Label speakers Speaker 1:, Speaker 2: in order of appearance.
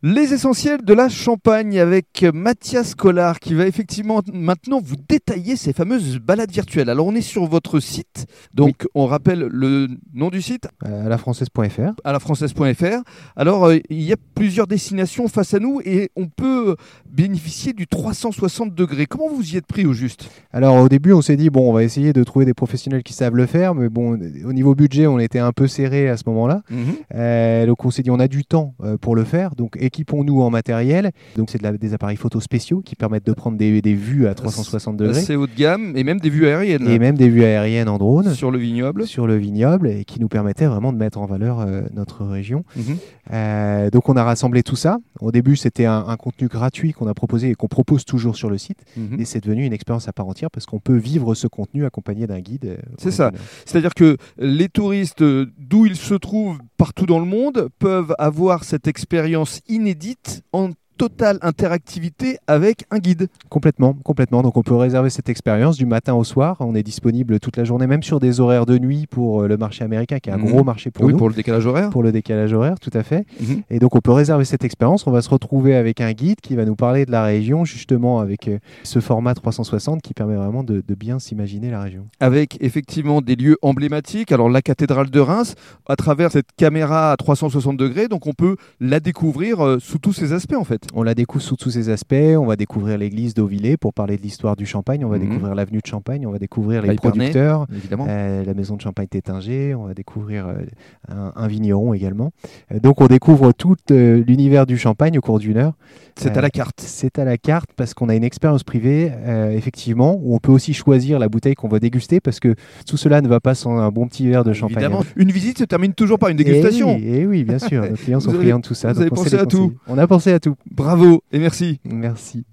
Speaker 1: Les essentiels de la Champagne avec Mathias Collard qui va effectivement maintenant vous détailler ces fameuses balades virtuelles. Alors on est sur votre site, donc on rappelle le nom du site
Speaker 2: à la française.fr.
Speaker 1: à lafrançaise.fr. Alors euh, il y a plusieurs destinations face à nous et on peut bénéficier du 360 degrés. Comment vous y êtes pris au juste
Speaker 2: Alors au début, on s'est dit bon, on va essayer de trouver des professionnels qui savent le faire, mais bon, au niveau budget, on était un peu serré à ce moment-là. Euh, donc on s'est dit on a du temps euh, pour le faire, donc équipons-nous en matériel. Donc c'est de la- des appareils photo spéciaux qui permettent de prendre des, des vues à 360 degrés
Speaker 1: C'est haut de gamme et même des vues aériennes
Speaker 2: et même des vues aériennes en drone.
Speaker 1: sur le vignoble.
Speaker 2: sur le vignoble et qui nous permettait vraiment de mettre en valeur euh, notre région.
Speaker 1: Mhm.
Speaker 2: Euh, donc on a rassemblé tout ça. Au début c'était un, un contenu gratuit qu'on a proposé et qu'on propose toujours sur le site.
Speaker 1: Mhm.
Speaker 2: Et c'est devenu une expérience à part entière parce qu'on peut vivre ce contenu accompagné d'un guide. euh,
Speaker 1: C'est ça.
Speaker 2: original.
Speaker 1: C'est-à-dire que les touristes, euh, d'où ils se trouvent partout dans le monde, peuvent avoir cette expérience inédite en totale interactivité avec un guide.
Speaker 2: Complètement, complètement. Donc on peut réserver cette expérience du matin au soir. On est disponible toute la journée, même sur des horaires de nuit pour euh, le marché américain qui est un
Speaker 1: Mhm.
Speaker 2: gros marché pour nous.
Speaker 1: le décalage horaire.
Speaker 2: pour le décalage horaire, tout à fait.
Speaker 1: Mhm.
Speaker 2: Et donc on peut réserver cette expérience, on va se retrouver avec un guide qui va nous parler de la région, justement avec euh, ce format 360 qui permet vraiment de, de bien s'imaginer la région.
Speaker 1: Avec effectivement des lieux emblématiques. Alors la cathédrale de Reims, à travers cette caméra à 360 degrés, donc on peut la découvrir euh, sous tous ses aspects en fait.
Speaker 2: On la découvre sous tous ses aspects, on va découvrir l'église d'Auvillé pour parler de l'histoire du Champagne, on va
Speaker 1: Mhm.
Speaker 2: découvrir l'avenue de Champagne, on va découvrir les
Speaker 1: Hypernay.
Speaker 2: producteurs.
Speaker 1: Évidemment.
Speaker 2: euh, la maison de champagne Tétinger, on va découvrir euh, un, un vigneron également. Euh, donc on découvre tout euh, l'univers du champagne au cours d'une heure.
Speaker 1: C'est à la carte.
Speaker 2: C'est à la carte parce qu'on a une expérience privée, euh, effectivement, où on peut aussi choisir la bouteille qu'on va déguster parce que tout cela ne va pas sans un bon petit verre de champagne.
Speaker 1: Évidemment. Une visite se termine toujours par une dégustation.
Speaker 2: Et oui, eh oui, bien sûr, nos clients
Speaker 1: Vous
Speaker 2: sont
Speaker 1: avez-
Speaker 2: friands de tout ça.
Speaker 1: vous avez
Speaker 2: donc on
Speaker 1: pensé
Speaker 2: sait les
Speaker 1: à tout.
Speaker 2: conseiller. On a pensé à tout.
Speaker 1: Bravo et merci.
Speaker 2: Merci.